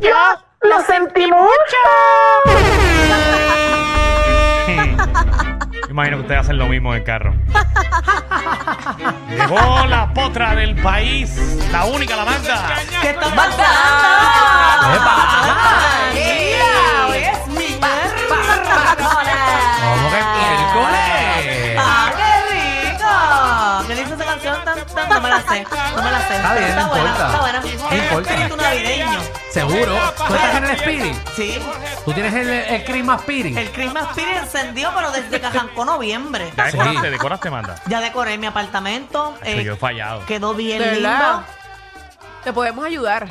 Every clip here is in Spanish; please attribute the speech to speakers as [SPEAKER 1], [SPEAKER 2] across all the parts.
[SPEAKER 1] Yo lo sentí mucho.
[SPEAKER 2] Imagino que ustedes hacen lo mismo en el carro. Llegó la potra del país, la única, la manda.
[SPEAKER 1] ¿Qué está pasando?
[SPEAKER 2] ¡Epa!
[SPEAKER 1] Mira, es mi Barbarona.
[SPEAKER 2] ¿Cómo que miércoles?
[SPEAKER 1] ¡Ah, qué rico! ¿Qué dice esa canción tan, tan? No me la sé. No me la sé.
[SPEAKER 3] Está bien,
[SPEAKER 1] Pero
[SPEAKER 3] no
[SPEAKER 1] buena,
[SPEAKER 3] importa.
[SPEAKER 1] Está buena.
[SPEAKER 3] No
[SPEAKER 1] Es un
[SPEAKER 3] importa.
[SPEAKER 1] espíritu navideño.
[SPEAKER 3] Seguro. ¿Tú estás en el Spirit?
[SPEAKER 1] Sí.
[SPEAKER 3] ¿Tú tienes el, el Christmas Spirit?
[SPEAKER 1] El Christmas Spirit encendió, pero desde Cajancó, noviembre.
[SPEAKER 2] ¿Ya
[SPEAKER 3] Sí.
[SPEAKER 2] decoraste? ¿Decoraste, manda?
[SPEAKER 1] Ya decoré mi apartamento.
[SPEAKER 2] Sí,
[SPEAKER 1] eh,
[SPEAKER 2] yo he fallado.
[SPEAKER 1] quedó bien
[SPEAKER 4] ¿De
[SPEAKER 1] lindo.
[SPEAKER 4] verdad? Te podemos ayudar.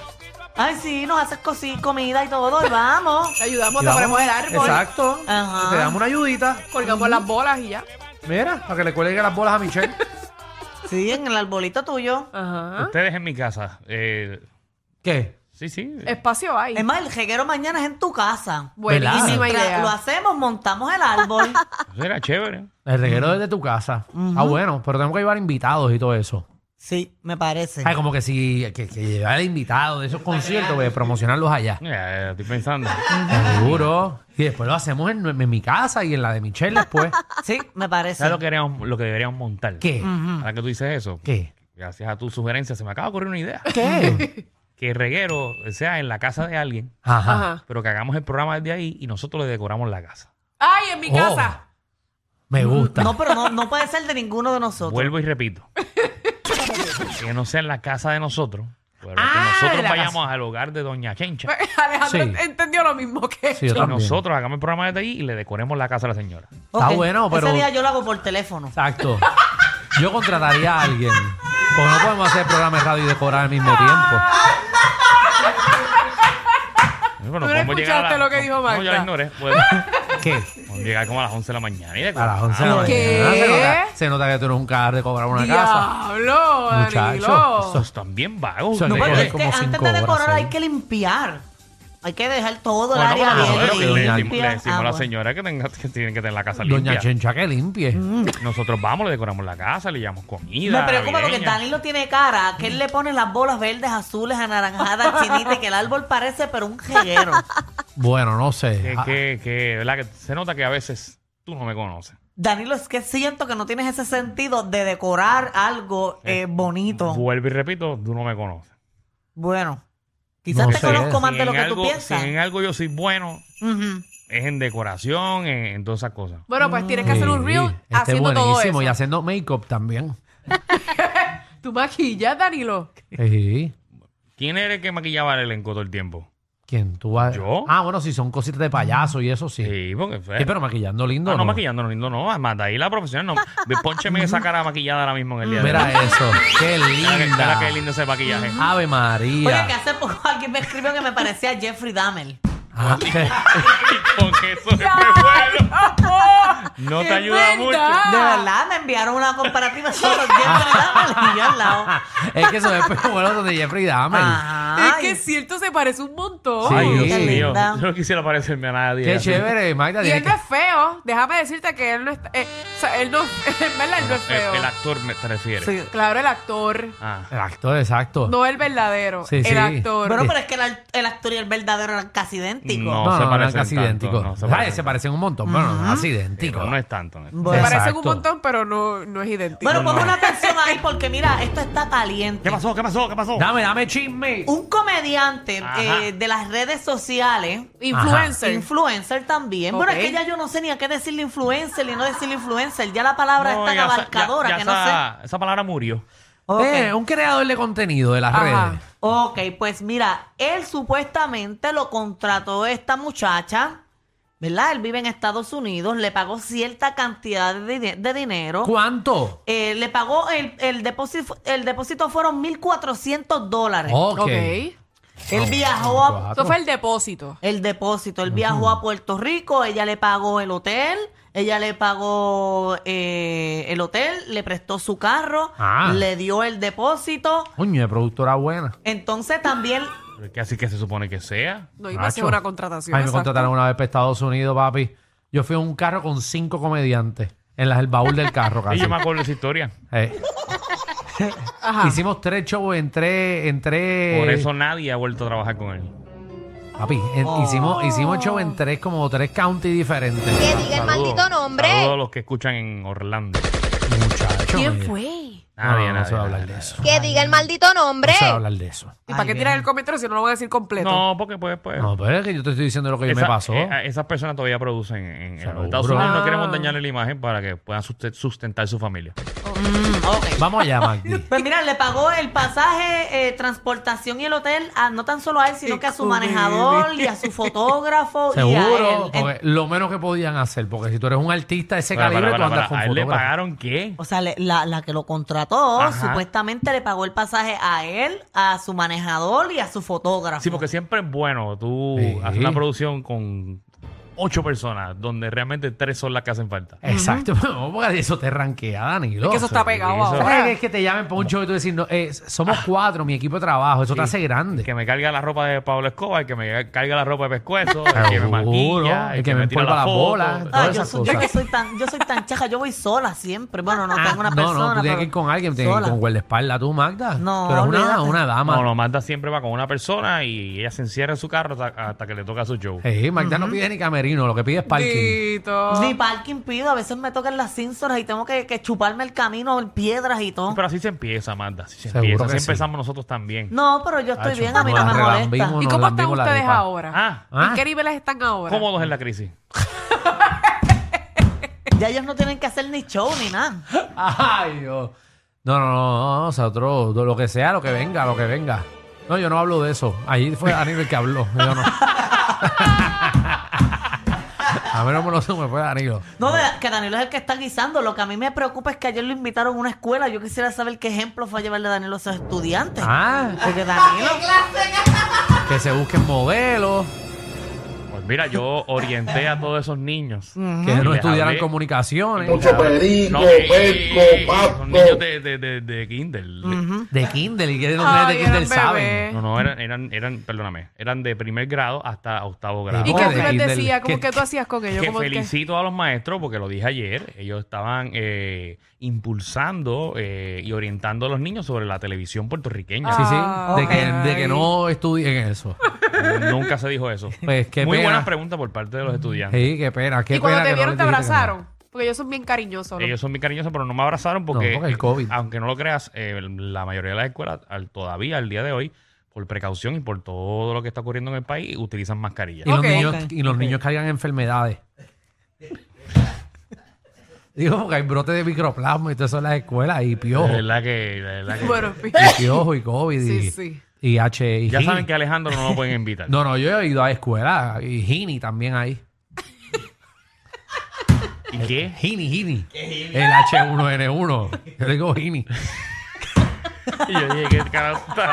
[SPEAKER 1] Ay, sí, nos haces cosi- comida y todo. Y vamos.
[SPEAKER 4] Te ayudamos,
[SPEAKER 3] Y
[SPEAKER 4] te
[SPEAKER 3] vamos-
[SPEAKER 4] ponemos el árbol.
[SPEAKER 3] Exacto.
[SPEAKER 1] Ajá.
[SPEAKER 3] Te damos una ayudita.
[SPEAKER 4] Colgamos las bolas y ya.
[SPEAKER 3] Mira, para que le cuelguen las bolas a Michelle.
[SPEAKER 1] Sí, en el arbolito tuyo.
[SPEAKER 3] ¿Ah?
[SPEAKER 4] Ajá.
[SPEAKER 2] Ustedes en mi casa. eh,
[SPEAKER 3] ¿Qué?
[SPEAKER 2] sí, sí.
[SPEAKER 3] Eh.
[SPEAKER 4] Espacio hay.
[SPEAKER 1] Es más, el jeguero mañana es en tu casa.
[SPEAKER 3] ¿Verdad?
[SPEAKER 1] Y
[SPEAKER 4] Buenísima
[SPEAKER 1] mientras
[SPEAKER 4] idea.
[SPEAKER 1] lo hacemos, montamos el árbol.
[SPEAKER 2] Eso era chévere.
[SPEAKER 3] El reguero desde tu casa. Ah, bueno, pero tenemos que llevar invitados y todo eso.
[SPEAKER 1] sí, me parece.
[SPEAKER 3] Ay, como que si que, que llevar invitados de esos conciertos, güey, promocionarlos allá.
[SPEAKER 2] Eh, estoy pensando.
[SPEAKER 3] Seguro. Y después lo hacemos en, en mi casa y en la de Michelle después.
[SPEAKER 1] Sí, me parece.
[SPEAKER 2] ¿Sabes lo que, deberíamos, lo que deberíamos montar?
[SPEAKER 3] ¿Qué?
[SPEAKER 4] Mm.
[SPEAKER 2] Ahora que tú dices eso,
[SPEAKER 3] ¿Qué?
[SPEAKER 2] gracias a tu sugerencia, se me acaba de ocurrir una idea.
[SPEAKER 3] ¿Qué?
[SPEAKER 2] Que el reguero sea en la casa de alguien,
[SPEAKER 3] Ajá.
[SPEAKER 4] Ajá.
[SPEAKER 2] pero que hagamos el programa desde ahí y nosotros le decoramos la casa.
[SPEAKER 4] ¡Ay, en mi
[SPEAKER 3] Oh.
[SPEAKER 4] casa!
[SPEAKER 3] Me gusta.
[SPEAKER 1] No, pero no, no puede ser de ninguno de nosotros.
[SPEAKER 2] Vuelvo y repito. que no sea en la casa de nosotros, pero que
[SPEAKER 3] Ah,
[SPEAKER 2] nosotros
[SPEAKER 3] en la
[SPEAKER 2] vayamos al hogar de Doña Chencha.
[SPEAKER 4] Pues, Alejandro
[SPEAKER 3] Sí.
[SPEAKER 4] entendió lo mismo que
[SPEAKER 3] Sí, yo
[SPEAKER 4] yo.
[SPEAKER 2] Y
[SPEAKER 3] también.
[SPEAKER 2] nosotros hagamos el programa desde ahí y le decoremos la casa a la señora.
[SPEAKER 1] Ok,
[SPEAKER 3] Está bueno, pero-
[SPEAKER 1] Ese día yo lo hago por teléfono.
[SPEAKER 3] Exacto. Yo contrataría a alguien. Porque no podemos hacer programas de radio y decorar al mismo tiempo.
[SPEAKER 2] Bueno,
[SPEAKER 4] no
[SPEAKER 2] podemos llegar a
[SPEAKER 4] escuchaste lo que
[SPEAKER 2] no-
[SPEAKER 4] dijo
[SPEAKER 2] No,
[SPEAKER 4] Magda.
[SPEAKER 2] ya lo ignoré. Podemos
[SPEAKER 3] ¿Qué?
[SPEAKER 2] podemos llegar como a las 11 de Ah, la mañana. y
[SPEAKER 3] A
[SPEAKER 2] decorar.
[SPEAKER 3] las 11 de la mañana.
[SPEAKER 4] ¿Qué?
[SPEAKER 3] Se nota, se nota que tú eres un car de cobrar una casa.
[SPEAKER 4] ¡Diablo,
[SPEAKER 3] Muchacho,
[SPEAKER 4] Danilo!
[SPEAKER 2] Esos pues, están bien vagos.
[SPEAKER 3] Son
[SPEAKER 2] No,
[SPEAKER 1] No, porque
[SPEAKER 3] coger
[SPEAKER 1] es que
[SPEAKER 3] como
[SPEAKER 1] antes
[SPEAKER 3] cinco
[SPEAKER 1] de decorar
[SPEAKER 3] horas ahí.
[SPEAKER 1] hay que limpiar. Hay que dejar todo
[SPEAKER 4] Pues,
[SPEAKER 1] el
[SPEAKER 2] Bueno,
[SPEAKER 1] área
[SPEAKER 2] bueno,
[SPEAKER 1] bien.
[SPEAKER 2] pero que le,
[SPEAKER 1] limpia.
[SPEAKER 2] decimos- le decimos
[SPEAKER 1] Ah,
[SPEAKER 2] a la
[SPEAKER 1] bueno.
[SPEAKER 2] señora que, tenga, que tienen que tener la casa
[SPEAKER 3] Doña
[SPEAKER 2] limpia.
[SPEAKER 3] Chencha que limpie.
[SPEAKER 2] Nosotros vamos, le decoramos la casa, le llevamos comida.
[SPEAKER 1] Me preocupa porque
[SPEAKER 2] navideña.
[SPEAKER 1] Danilo tiene cara que él le pone las bolas verdes, azules, anaranjadas, chinitas, y que el árbol parece pero un jeguero.
[SPEAKER 3] Bueno, no
[SPEAKER 2] Que,
[SPEAKER 3] sé. Ah,
[SPEAKER 2] que, que, ¿verdad? que se nota que a veces tú no me conoces.
[SPEAKER 1] Danilo, es que siento que no tienes ese sentido de decorar algo eh, bonito.
[SPEAKER 2] Vuelvo y repito, tú no me conoces.
[SPEAKER 1] Bueno, quizás
[SPEAKER 3] No
[SPEAKER 1] te
[SPEAKER 3] sé.
[SPEAKER 1] conozco más
[SPEAKER 2] Si
[SPEAKER 1] de lo
[SPEAKER 2] en
[SPEAKER 1] que
[SPEAKER 2] algo-
[SPEAKER 1] tú piensas.
[SPEAKER 2] Si en algo yo soy bueno,
[SPEAKER 1] Ujú.
[SPEAKER 2] es en decoración, en, en todas esas cosas.
[SPEAKER 4] Bueno, pues tienes que hacer un
[SPEAKER 3] sí,
[SPEAKER 4] reel
[SPEAKER 3] este
[SPEAKER 4] haciendo todo
[SPEAKER 3] buenísimo.
[SPEAKER 4] eso.
[SPEAKER 3] Y haciendo make-up también.
[SPEAKER 4] ¿Tú maquillas, Danilo?
[SPEAKER 3] Eh, Sí.
[SPEAKER 2] ¿Quién eres el que maquillaba el elenco todo el tiempo?
[SPEAKER 3] ¿Quién tú vas?
[SPEAKER 2] ¿Yo?
[SPEAKER 3] Ah, bueno, si son cositas de payaso y eso sí. Sí,
[SPEAKER 2] Sí, porque fue. Ah,
[SPEAKER 3] pero maquillando lindo.
[SPEAKER 2] no, no, maquillando, no, lindo, no. Además, de ahí la profesional no. Ve, Póncheme esa cara maquillada ahora mismo en el día de hoy.
[SPEAKER 3] Mira eso. Qué
[SPEAKER 2] Mira que- mira qué
[SPEAKER 3] linda.
[SPEAKER 2] lindo ese maquillaje.
[SPEAKER 3] Ave
[SPEAKER 1] Oye, que
[SPEAKER 3] María.
[SPEAKER 1] hace poco alguien me escribió que me parecía a Jeffrey Dahmer.
[SPEAKER 3] Ah,
[SPEAKER 2] Con eso es bueno. No te
[SPEAKER 4] ¡Es
[SPEAKER 2] ayuda
[SPEAKER 4] verdad!
[SPEAKER 2] mucho.
[SPEAKER 1] De verdad, me enviaron una comparativa sobre Jeffrey Dahmer y yo al lado.
[SPEAKER 3] es que se ve peor de Jeffrey Dahmer.
[SPEAKER 4] Es
[SPEAKER 1] Ajá.
[SPEAKER 4] que es cierto, se parece un montón.
[SPEAKER 3] Sí.
[SPEAKER 2] Ay, Dios
[SPEAKER 3] Qué
[SPEAKER 2] mío.
[SPEAKER 1] linda.
[SPEAKER 2] Yo no quisiera parecerme a nadie.
[SPEAKER 3] Qué
[SPEAKER 2] así.
[SPEAKER 3] chévere, Magda.
[SPEAKER 4] Y
[SPEAKER 3] tienes
[SPEAKER 4] él no
[SPEAKER 3] que-
[SPEAKER 4] es feo. Déjame decirte que él no está. eh, o sea, él no. En verdad, él no es feo.
[SPEAKER 2] El, el actor me te refieres.
[SPEAKER 1] Sí.
[SPEAKER 4] Claro, el actor.
[SPEAKER 2] Ah.
[SPEAKER 3] El actor, exacto.
[SPEAKER 4] No el verdadero.
[SPEAKER 3] Sí,
[SPEAKER 4] el
[SPEAKER 3] sí.
[SPEAKER 4] actor.
[SPEAKER 1] Bueno, pero es que el, al- el actor y el verdadero eran casi idénticos.
[SPEAKER 2] No,
[SPEAKER 3] no,
[SPEAKER 2] se
[SPEAKER 3] no,
[SPEAKER 2] parecen
[SPEAKER 3] eran casi
[SPEAKER 2] tanto,
[SPEAKER 3] idénticos.
[SPEAKER 2] no se
[SPEAKER 3] Ay,
[SPEAKER 2] parecen
[SPEAKER 3] se parecen un montón. Bueno, no, casi idénticos.
[SPEAKER 2] Pero no es tanto. No es tanto.
[SPEAKER 4] Se
[SPEAKER 1] Bueno,
[SPEAKER 3] Exacto.
[SPEAKER 4] parecen un montón, pero no, no es idéntico.
[SPEAKER 1] bueno pon una atención ahí porque mira, esto está caliente.
[SPEAKER 2] ¿Qué pasó? ¿Qué pasó? ¿Qué pasó?
[SPEAKER 3] Dame, dame chisme.
[SPEAKER 4] Uh,
[SPEAKER 1] Un comediante
[SPEAKER 2] Ajá.
[SPEAKER 1] eh, de las redes sociales,
[SPEAKER 4] Influencer.
[SPEAKER 1] influencer también. Bueno,
[SPEAKER 4] Ok.
[SPEAKER 1] es que ya yo no sé ni a qué decirle influencer y no decirle influencer. Ya la palabra
[SPEAKER 2] No,
[SPEAKER 1] es tan
[SPEAKER 2] ya esa-
[SPEAKER 1] abarcadora
[SPEAKER 2] ya- ya
[SPEAKER 1] que no sé.
[SPEAKER 2] esa, Esa palabra murió.
[SPEAKER 1] Ok.
[SPEAKER 3] Eh, un creador de contenido de las
[SPEAKER 4] Ajá.
[SPEAKER 3] redes.
[SPEAKER 1] Ok, pues mira, él supuestamente lo contrató esta muchacha, ¿verdad? Él vive en Estados Unidos, le pagó cierta cantidad de, dine- de dinero.
[SPEAKER 3] ¿Cuánto?
[SPEAKER 1] Eh, le pagó el, el depósito, el depósito fueron 1.400 dólares.
[SPEAKER 2] Oh.
[SPEAKER 3] Ok.
[SPEAKER 4] Ok.
[SPEAKER 1] él viajó a,
[SPEAKER 3] Cuatro.
[SPEAKER 4] Eso fue el depósito.
[SPEAKER 1] el depósito, él viajó a Puerto Rico, ella le pagó el hotel, ella le pagó eh, el hotel, le prestó su carro,
[SPEAKER 3] Ah.
[SPEAKER 1] le dio el depósito.
[SPEAKER 3] Coño, de productora buena.
[SPEAKER 1] Entonces también mm,
[SPEAKER 2] Pero es que así que se supone que sea.
[SPEAKER 4] No iba a ser
[SPEAKER 3] Nacho.
[SPEAKER 4] una contratación.
[SPEAKER 3] A mí me
[SPEAKER 4] exacto.
[SPEAKER 3] contrataron una vez para Estados Unidos, papi. Yo fui a un carro con cinco comediantes en las, el baúl del carro
[SPEAKER 2] Y
[SPEAKER 3] casi.
[SPEAKER 2] yo me acuerdo de esa historia.
[SPEAKER 3] Eh.
[SPEAKER 4] Ajá.
[SPEAKER 3] Hicimos tres shows en tres. En tres
[SPEAKER 2] Por eso nadie ha vuelto a trabajar con él.
[SPEAKER 3] Papi, en-
[SPEAKER 1] Oh.
[SPEAKER 3] hicimos, hicimos show en tres, como tres counties diferentes.
[SPEAKER 5] Que diga el maldito nombre.
[SPEAKER 2] Saludos a los que escuchan en Orlando.
[SPEAKER 3] Muchacho.
[SPEAKER 4] ¿Quién
[SPEAKER 3] mira.
[SPEAKER 4] fue?
[SPEAKER 2] Nadie,
[SPEAKER 3] no, no
[SPEAKER 2] nadie,
[SPEAKER 3] se va a
[SPEAKER 2] nadie,
[SPEAKER 3] hablar de
[SPEAKER 2] nadie.
[SPEAKER 3] eso.
[SPEAKER 5] Que diga el maldito nombre.
[SPEAKER 3] No se va a hablar de eso.
[SPEAKER 4] ¿Y para
[SPEAKER 1] Ay,
[SPEAKER 4] qué
[SPEAKER 1] bien.
[SPEAKER 4] tirar el comentario si no lo voy a decir completo?
[SPEAKER 2] No, porque pues, pues.
[SPEAKER 3] No, pero es que yo te estoy diciendo lo que
[SPEAKER 2] esa-
[SPEAKER 3] me pasó.
[SPEAKER 2] eh, a- esas personas todavía producen en, en
[SPEAKER 3] Seguro.
[SPEAKER 2] los Estados Unidos.
[SPEAKER 4] Ah.
[SPEAKER 2] No queremos dañarle la imagen para que puedan suste- sustentar su familia.
[SPEAKER 1] Mm, ok.
[SPEAKER 3] Vamos allá, Magdi.
[SPEAKER 1] Pues mira, le pagó el pasaje, eh, transportación y el hotel, a- no tan solo a él, sino que a su
[SPEAKER 4] Hijo de
[SPEAKER 1] manejador
[SPEAKER 4] mi-
[SPEAKER 1] y a su fotógrafo. y a
[SPEAKER 3] Seguro,
[SPEAKER 1] él. En-
[SPEAKER 3] porque lo menos que podían hacer, porque si tú eres un artista de ese
[SPEAKER 2] Para,
[SPEAKER 3] calibre,
[SPEAKER 2] para,
[SPEAKER 3] tú
[SPEAKER 2] para,
[SPEAKER 3] andas
[SPEAKER 2] para. ¿A
[SPEAKER 3] con
[SPEAKER 2] él le
[SPEAKER 3] fotógrafo.
[SPEAKER 2] pagaron qué?
[SPEAKER 1] o sea, le- la, la que lo contrató
[SPEAKER 2] Ajá.
[SPEAKER 1] supuestamente le pagó el pasaje a él, a su manejador y a su fotógrafo.
[SPEAKER 2] Sí, porque siempre es bueno tú
[SPEAKER 3] Sí.
[SPEAKER 2] hacer una producción con ocho personas, donde realmente tres son las que hacen falta.
[SPEAKER 3] Exacto, no, porque eso te ranquea, Danilo.
[SPEAKER 4] Es que eso está pegado
[SPEAKER 3] eso-
[SPEAKER 4] ahora.
[SPEAKER 3] ¿Sabes? Es que te llamen por un show y tú decís, no, eh,
[SPEAKER 1] Ah.
[SPEAKER 3] somos cuatro, mi equipo de trabajo, eso te hace grande.
[SPEAKER 2] Que me carga la ropa de Pablo Escobar, que me carga la ropa de pescuezo, el que me maquilla,
[SPEAKER 3] el que me
[SPEAKER 2] tira
[SPEAKER 3] empolva
[SPEAKER 2] la
[SPEAKER 3] las
[SPEAKER 2] foto.
[SPEAKER 3] bolas,
[SPEAKER 1] Ah,
[SPEAKER 3] todas
[SPEAKER 1] yo,
[SPEAKER 3] esas
[SPEAKER 1] soy, yo que
[SPEAKER 3] cosas.
[SPEAKER 1] soy tan, yo soy tan chaja, yo voy sola siempre. Bueno, no
[SPEAKER 3] Ah,
[SPEAKER 1] tengo una
[SPEAKER 3] no,
[SPEAKER 1] persona.
[SPEAKER 3] no, tú tienes
[SPEAKER 1] pero-
[SPEAKER 3] que ir con alguien, tienes que ir
[SPEAKER 1] sola.
[SPEAKER 3] con guardaespaldas tú, Magda.
[SPEAKER 1] No,
[SPEAKER 3] Tú eres una,
[SPEAKER 1] olvídate.
[SPEAKER 3] una dama.
[SPEAKER 2] No, no, Magda siempre va con una persona y ella se encierra en su carro hasta, hasta que le toca su show.
[SPEAKER 3] Ey, Magda no pide ni camerino, lo que pide es parking.
[SPEAKER 4] Dito.
[SPEAKER 1] Ni parking pido, a veces me tocan las cínsoras y tengo que, que chuparme el camino, en piedras y todo.
[SPEAKER 2] Pero así se empieza, Magda. Así se
[SPEAKER 3] Seguro
[SPEAKER 2] empieza.
[SPEAKER 3] que
[SPEAKER 2] Así
[SPEAKER 3] sí.
[SPEAKER 2] empezamos nosotros también.
[SPEAKER 1] No, pero yo estoy
[SPEAKER 3] Hacho,
[SPEAKER 1] bien, a mí no
[SPEAKER 3] nos
[SPEAKER 1] me molesta.
[SPEAKER 3] relambimos,
[SPEAKER 4] ¿Y
[SPEAKER 3] nos
[SPEAKER 4] cómo están
[SPEAKER 3] lambimos la
[SPEAKER 4] ustedes
[SPEAKER 3] arepa.
[SPEAKER 4] ahora?
[SPEAKER 2] Ah,
[SPEAKER 3] Ah.
[SPEAKER 4] ¿En qué niveles están ahora?
[SPEAKER 2] cómodos en la crisis.
[SPEAKER 1] Ya ellos no tienen que hacer ni show ni nada.
[SPEAKER 3] Ay, Dios. No, no, no, no, nosotros, lo que sea, lo que venga, lo que venga. No, yo no hablo de eso. Ahí fue Danilo el que habló. Yo no. A mí no me lo sumo, fue Danilo.
[SPEAKER 1] No, de- que Danilo es el que está guisando. Lo que a mí me preocupa es que ayer lo invitaron a una escuela. Yo quisiera saber qué ejemplo fue a llevarle Danilo a esos estudiantes.
[SPEAKER 3] Ah,
[SPEAKER 1] Porque Danilo...
[SPEAKER 3] que se busquen modelos,
[SPEAKER 2] Pues mira, yo orienté a todos esos niños.
[SPEAKER 3] que
[SPEAKER 2] Y
[SPEAKER 3] no
[SPEAKER 2] les
[SPEAKER 3] estudiaran
[SPEAKER 2] hablé-
[SPEAKER 3] comunicaciones.
[SPEAKER 6] Mucho perico,
[SPEAKER 2] No, ey, ey, ey,
[SPEAKER 6] pesco, papo.
[SPEAKER 2] son niños de, de, de, de Kindle.
[SPEAKER 3] De Kindle, y que los
[SPEAKER 4] Ay,
[SPEAKER 3] nenes de
[SPEAKER 4] eran
[SPEAKER 3] Kindle saben.
[SPEAKER 4] bebés.
[SPEAKER 2] No, no, eran, eran, eran, perdóname, eran de primer grado hasta octavo grado.
[SPEAKER 4] ¿Y
[SPEAKER 3] No,
[SPEAKER 4] qué
[SPEAKER 3] de
[SPEAKER 4] tú les
[SPEAKER 3] Kindle.
[SPEAKER 4] decías? ¿Cómo
[SPEAKER 3] Que-
[SPEAKER 4] que tú hacías con ellos?
[SPEAKER 2] que
[SPEAKER 4] ¿Cómo que-
[SPEAKER 2] felicito a los maestros porque lo dije ayer. Ellos estaban eh, impulsando eh, y orientando a los niños sobre la televisión puertorriqueña.
[SPEAKER 3] Sí, sí.
[SPEAKER 4] Ah,
[SPEAKER 3] De que,
[SPEAKER 4] ok.
[SPEAKER 3] de que no estudien eso.
[SPEAKER 2] Nunca se dijo eso.
[SPEAKER 3] Pues qué
[SPEAKER 2] Muy
[SPEAKER 3] pena.
[SPEAKER 2] buena pregunta por parte de los estudiantes.
[SPEAKER 3] Sí, qué pena. Qué
[SPEAKER 4] Y cuando
[SPEAKER 3] pena
[SPEAKER 4] te
[SPEAKER 3] que no
[SPEAKER 4] vieron
[SPEAKER 3] les
[SPEAKER 4] te
[SPEAKER 3] dijiste que no.
[SPEAKER 4] abrazaron. Porque ellos son bien cariñosos. ¿no?
[SPEAKER 2] Ellos son muy cariñosos, pero no me abrazaron porque,
[SPEAKER 3] No, porque el COVID.
[SPEAKER 2] aunque no lo creas, eh, la mayoría de las escuelas al- todavía, al día de hoy, por precaución y por todo lo que está ocurriendo en el país, utilizan mascarillas.
[SPEAKER 3] Y los,
[SPEAKER 4] Ok,
[SPEAKER 3] niños,
[SPEAKER 1] ok.
[SPEAKER 3] y los niños cargan enfermedades. Digo, porque hay brotes de microplasma y todo eso en las escuelas y piojo.
[SPEAKER 2] De verdad que... de verdad que-
[SPEAKER 4] Bueno, en fin.
[SPEAKER 3] Y piojo y COVID y,
[SPEAKER 4] Sí, sí.
[SPEAKER 3] y H. y
[SPEAKER 2] Ya
[SPEAKER 3] Gini.
[SPEAKER 2] saben que a Alejandro no lo pueden invitar.
[SPEAKER 3] No, no, yo he ido a escuela y Gini también ahí.
[SPEAKER 2] ¿Y qué?
[SPEAKER 3] Gini, Gini. El H1N1. Yo le digo Gini.
[SPEAKER 2] Y yo dije, ¿qué carajo está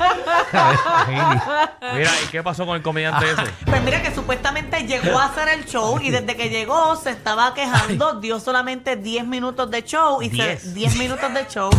[SPEAKER 2] hablando?
[SPEAKER 3] Gini.
[SPEAKER 2] Mira, ¿y qué pasó con el comediante ese?
[SPEAKER 1] Pues mira que supuestamente llegó a hacer el show y desde que llegó se estaba quejando, dio solamente 10 minutos de show y se,
[SPEAKER 2] Diez.
[SPEAKER 1] 10 minutos de show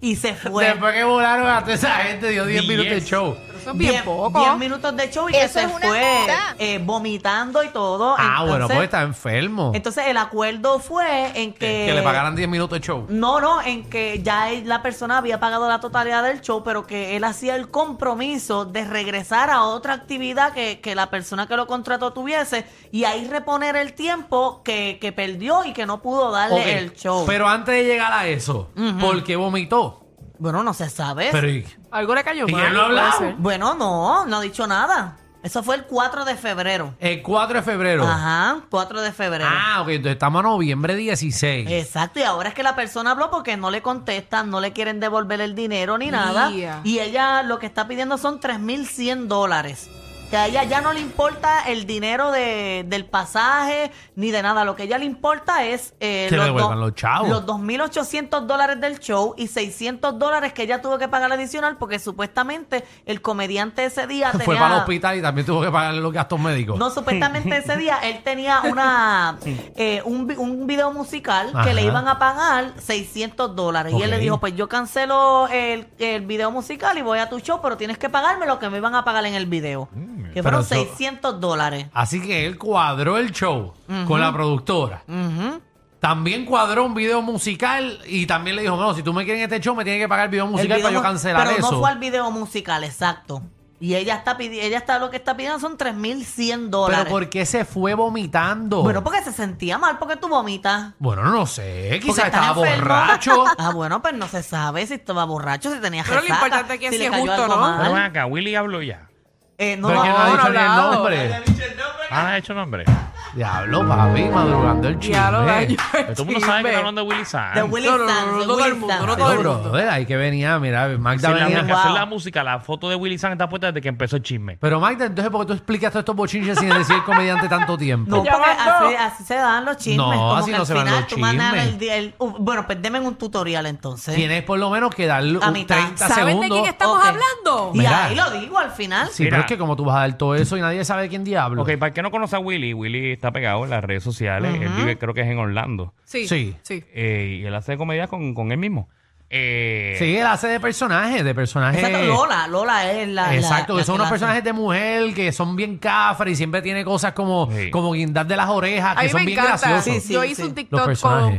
[SPEAKER 1] y se fue.
[SPEAKER 3] Después que volaron a toda esa gente, dio 10
[SPEAKER 2] Yes.
[SPEAKER 3] minutos de show.
[SPEAKER 4] Son bien
[SPEAKER 1] Diez
[SPEAKER 4] pocos.
[SPEAKER 1] minutos de show y
[SPEAKER 5] Eso
[SPEAKER 1] que se
[SPEAKER 5] es una
[SPEAKER 1] fue
[SPEAKER 5] maldad.
[SPEAKER 1] eh, vomitando y todo.
[SPEAKER 3] Ah, bueno,
[SPEAKER 1] Entonces-
[SPEAKER 3] pues está enfermo.
[SPEAKER 1] Entonces el acuerdo fue en que...
[SPEAKER 3] que, que le pagaran 10 minutos de show.
[SPEAKER 1] No, no, en que ya él- la persona había pagado la totalidad del show, pero que él hacía el compromiso de regresar a otra actividad que, que la persona que lo contrató tuviese y ahí reponer el tiempo que, que perdió y que no pudo darle
[SPEAKER 3] Ok,
[SPEAKER 1] el show.
[SPEAKER 3] Pero antes de llegar a eso, ¿por qué vomitó?
[SPEAKER 1] bueno, no se sabe.
[SPEAKER 3] Pero ¿y-
[SPEAKER 4] Algo le cayó
[SPEAKER 3] ¿Y
[SPEAKER 4] mal.
[SPEAKER 3] él no ha
[SPEAKER 4] puede
[SPEAKER 3] hablado?
[SPEAKER 4] ser.
[SPEAKER 1] Bueno, no, no ha dicho nada. Eso fue el 4 de febrero.
[SPEAKER 3] el 4 de febrero.
[SPEAKER 1] Ajá, 4 de febrero.
[SPEAKER 3] Ah, ok, entonces estamos a noviembre 16.
[SPEAKER 1] Exacto, y ahora es que la persona habló porque no le contestan, no le quieren devolver el dinero ni nada.
[SPEAKER 4] Ya.
[SPEAKER 1] Y ella lo que está pidiendo son 3.100 dólares. Que a ella ya no le importa el dinero de, del pasaje ni de nada. Lo que a ella le importa es... eh,
[SPEAKER 3] Que devuelvan
[SPEAKER 1] do-
[SPEAKER 3] los chavos.
[SPEAKER 1] Los 2.800 dólares del show y 600 dólares que ella tuvo que pagar adicional porque supuestamente el comediante ese día tenía...
[SPEAKER 3] Fue para el hospital y también tuvo que pagar los gastos médicos.
[SPEAKER 1] No, supuestamente ese día él tenía una eh, un, vi- un video musical que
[SPEAKER 3] Ajá.
[SPEAKER 1] le iban a pagar 600 dólares. Y él le
[SPEAKER 3] Ok.
[SPEAKER 1] dijo, pues yo cancelo el, el video musical y voy a tu show, pero tienes que pagarme lo que me iban a pagar en el video. que
[SPEAKER 3] Mm, Pero
[SPEAKER 1] fueron
[SPEAKER 3] eso-
[SPEAKER 1] 600 dólares.
[SPEAKER 3] Así que él cuadró el show con la productora.
[SPEAKER 1] Ujú.
[SPEAKER 3] También cuadró un video musical y también le dijo, no, si tú me quieres en este show, me tienes que pagar el video musical
[SPEAKER 1] El video
[SPEAKER 3] para yo
[SPEAKER 1] mu-
[SPEAKER 3] cancelar
[SPEAKER 1] pero
[SPEAKER 3] eso.
[SPEAKER 1] no fue al video musical, exacto. Y ella está pidi- ella está lo que está pidiendo son 3100 dólares.
[SPEAKER 3] Pero ¿por qué se fue vomitando?
[SPEAKER 1] Bueno, porque se sentía mal porque tú vomitas.
[SPEAKER 3] Bueno, no sé,
[SPEAKER 1] Porque
[SPEAKER 3] quizás
[SPEAKER 1] estás
[SPEAKER 3] estaba
[SPEAKER 1] enfermo.
[SPEAKER 3] borracho.
[SPEAKER 1] Ah, bueno, pues no se sabe si estaba borracho, si tenía
[SPEAKER 4] Pero lo
[SPEAKER 1] resaca,
[SPEAKER 4] importante aquí es
[SPEAKER 1] si
[SPEAKER 4] si
[SPEAKER 1] le
[SPEAKER 4] es
[SPEAKER 1] cayó
[SPEAKER 4] justo,
[SPEAKER 1] algo
[SPEAKER 4] ¿no?
[SPEAKER 1] mal.
[SPEAKER 2] Pero ven acá, Willy habló ya.
[SPEAKER 1] Eh, no,
[SPEAKER 3] ¿Por qué no ha
[SPEAKER 4] no
[SPEAKER 3] dicho
[SPEAKER 4] ha
[SPEAKER 3] ni el
[SPEAKER 4] hablado.
[SPEAKER 3] nombre?
[SPEAKER 2] Ah, ha hecho nombre.
[SPEAKER 3] Diablo, papi, madrugando el chisme.
[SPEAKER 4] Ya lo daño.
[SPEAKER 2] Pero todo el mundo sabe que está hablando de Willy Sanz.
[SPEAKER 1] de Willy
[SPEAKER 4] No, no, no,
[SPEAKER 1] Sanz,
[SPEAKER 4] no,
[SPEAKER 1] de
[SPEAKER 4] todo
[SPEAKER 1] Willy
[SPEAKER 4] el mundo,
[SPEAKER 1] Sanz.
[SPEAKER 4] no todo
[SPEAKER 3] Pero,
[SPEAKER 4] el mundo.
[SPEAKER 3] brother, ahí que venía, mira,
[SPEAKER 2] Sí,
[SPEAKER 3] Magda
[SPEAKER 2] la,
[SPEAKER 3] venía.
[SPEAKER 2] la que hacer
[SPEAKER 1] Wow.
[SPEAKER 2] la música, la foto de Willy Sanz está puesta desde que empezó el chisme.
[SPEAKER 3] Pero Magda, entonces, ¿por qué tú explicas todos estos bochinches sin decir comediante tanto tiempo?
[SPEAKER 1] No,
[SPEAKER 4] Ya
[SPEAKER 1] porque
[SPEAKER 4] bastó.
[SPEAKER 1] así, así se dan los chismes.
[SPEAKER 3] No,
[SPEAKER 1] como
[SPEAKER 3] así
[SPEAKER 1] que
[SPEAKER 3] no
[SPEAKER 1] al
[SPEAKER 3] se dan
[SPEAKER 1] final
[SPEAKER 3] los
[SPEAKER 1] tú mandas
[SPEAKER 3] chismes.
[SPEAKER 1] el, el- uh, bueno, pues deme un tutorial entonces.
[SPEAKER 3] Tienes por lo menos que darle
[SPEAKER 1] A
[SPEAKER 3] un
[SPEAKER 1] mitad.
[SPEAKER 3] 30
[SPEAKER 4] ¿Saben de
[SPEAKER 3] segundos.
[SPEAKER 4] quién estamos
[SPEAKER 1] Ok.
[SPEAKER 4] hablando?
[SPEAKER 1] Y
[SPEAKER 3] Mira.
[SPEAKER 1] ahí lo digo al final.
[SPEAKER 3] Sí,
[SPEAKER 2] Mira.
[SPEAKER 3] pero es que como tú vas a dar todo eso y nadie sabe quién diablo.
[SPEAKER 2] Ok, para el que no conoce a Willy, Willy está pegado en las redes sociales. Él vive, creo que es en Orlando.
[SPEAKER 4] Sí.
[SPEAKER 3] Sí.
[SPEAKER 4] Sí.
[SPEAKER 2] Eh, y él hace comedia con, con él mismo. Eh,
[SPEAKER 3] Sí, él hace de personaje, de personaje.
[SPEAKER 1] Exacto, Lola, Lola es la. la-
[SPEAKER 3] Eh. Exacto,
[SPEAKER 1] la
[SPEAKER 3] que son unos
[SPEAKER 1] la-
[SPEAKER 3] personajes de mujer que son bien cafres y siempre tiene cosas como,
[SPEAKER 2] Sí.
[SPEAKER 3] como guindar de las orejas,
[SPEAKER 4] A
[SPEAKER 3] Ah, que
[SPEAKER 4] mí
[SPEAKER 3] son
[SPEAKER 4] me
[SPEAKER 3] bien
[SPEAKER 4] encanta.
[SPEAKER 3] graciosos.
[SPEAKER 1] Sí, sí,
[SPEAKER 4] Yo
[SPEAKER 1] sí.
[SPEAKER 4] hice un
[SPEAKER 3] Los
[SPEAKER 4] TikTok
[SPEAKER 3] personajes.
[SPEAKER 4] con,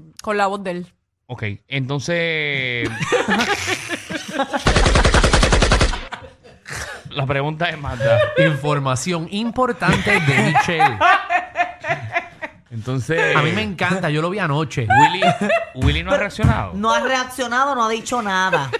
[SPEAKER 4] con, con la voz de él.
[SPEAKER 2] Ok, entonces. la pregunta es Magda.
[SPEAKER 3] Información importante de Michelle.
[SPEAKER 2] Entonces.
[SPEAKER 3] A mí me encanta, yo lo vi anoche.
[SPEAKER 2] Willy, Willy no ha reaccionado.
[SPEAKER 1] No ha reaccionado, no ha dicho nada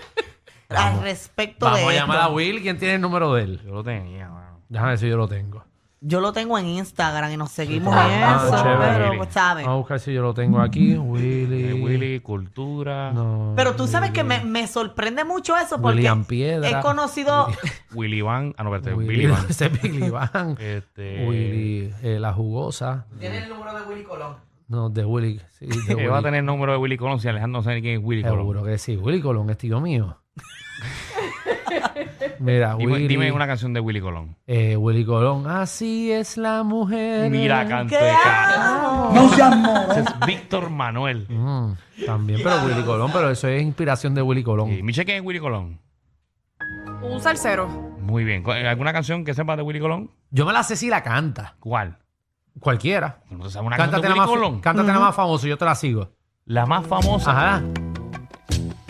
[SPEAKER 1] al respecto
[SPEAKER 3] Vamos
[SPEAKER 1] de
[SPEAKER 3] a llamar a
[SPEAKER 1] esto.
[SPEAKER 3] Will, ¿quién tiene el número de él?
[SPEAKER 2] Yo lo tenía, mano.
[SPEAKER 3] Déjame ver si yo lo tengo.
[SPEAKER 1] Yo lo tengo en Instagram y nos seguimos
[SPEAKER 3] Ah,
[SPEAKER 1] en eso,
[SPEAKER 3] chévere.
[SPEAKER 1] pero pues, sabes.
[SPEAKER 3] Vamos a buscar si yo lo tengo aquí. Willy.
[SPEAKER 2] Eh, Willy, cultura.
[SPEAKER 3] No.
[SPEAKER 1] Pero tú sabes que me, me sorprende mucho eso porque
[SPEAKER 3] William Piedra.
[SPEAKER 1] he conocido
[SPEAKER 2] Willy Van. Ah, no, espérate,
[SPEAKER 3] Willy,
[SPEAKER 2] Willy Van.
[SPEAKER 3] Ese es Billy Van.
[SPEAKER 2] Este,
[SPEAKER 3] Willy, eh, la jugosa.
[SPEAKER 1] Tiene el número de Willy Colón.
[SPEAKER 3] No, de Willy. Sí, de
[SPEAKER 2] Él eh, va a
[SPEAKER 3] Willy.
[SPEAKER 2] tener el número de Willy Colón si Alejandro no sabe ni quién es Willy Colón.
[SPEAKER 3] Seguro que sí. Willy Colón es tío mío. Mira,
[SPEAKER 2] Dime,
[SPEAKER 3] Willy.
[SPEAKER 2] dime una canción de Willy Colón.
[SPEAKER 3] eh, Willy Colón. Así es la mujer.
[SPEAKER 2] Mira, canto de
[SPEAKER 1] ¿Qué
[SPEAKER 2] cara.
[SPEAKER 1] hago?
[SPEAKER 2] Ese es Víctor Manuel.
[SPEAKER 3] Mm, también, pero Willy Colón. Pero eso es inspiración de Willy Colón.
[SPEAKER 2] Y Miche, Eh, ¿quién es Willy Colón?
[SPEAKER 4] Un salsero.
[SPEAKER 2] Muy bien. ¿Cu- ¿Alguna canción que sepas de Willy Colón?
[SPEAKER 3] Yo me la sé si la canta.
[SPEAKER 2] ¿Cuál?
[SPEAKER 3] Cualquiera.
[SPEAKER 2] No se sabe una canción
[SPEAKER 3] Cántate
[SPEAKER 2] de
[SPEAKER 3] la
[SPEAKER 2] Willy
[SPEAKER 3] más,
[SPEAKER 2] Colón.
[SPEAKER 3] cántate la más famosa, yo te la sigo.
[SPEAKER 2] La más famosa.
[SPEAKER 3] Ajá.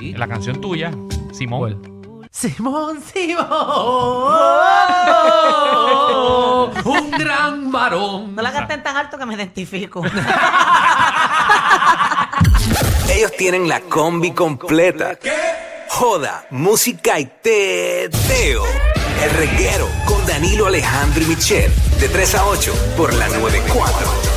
[SPEAKER 2] La canción tuya, Simón.
[SPEAKER 3] ¿Cuál? Simón Simón, ¡Oh! un gran varón.
[SPEAKER 1] No la canten tan alto que me identifico.
[SPEAKER 6] Ellos tienen la combi completa. Joda, música y teo. El reguero con Danilo Alejandro y Michel. De 3 a 8 por la 94.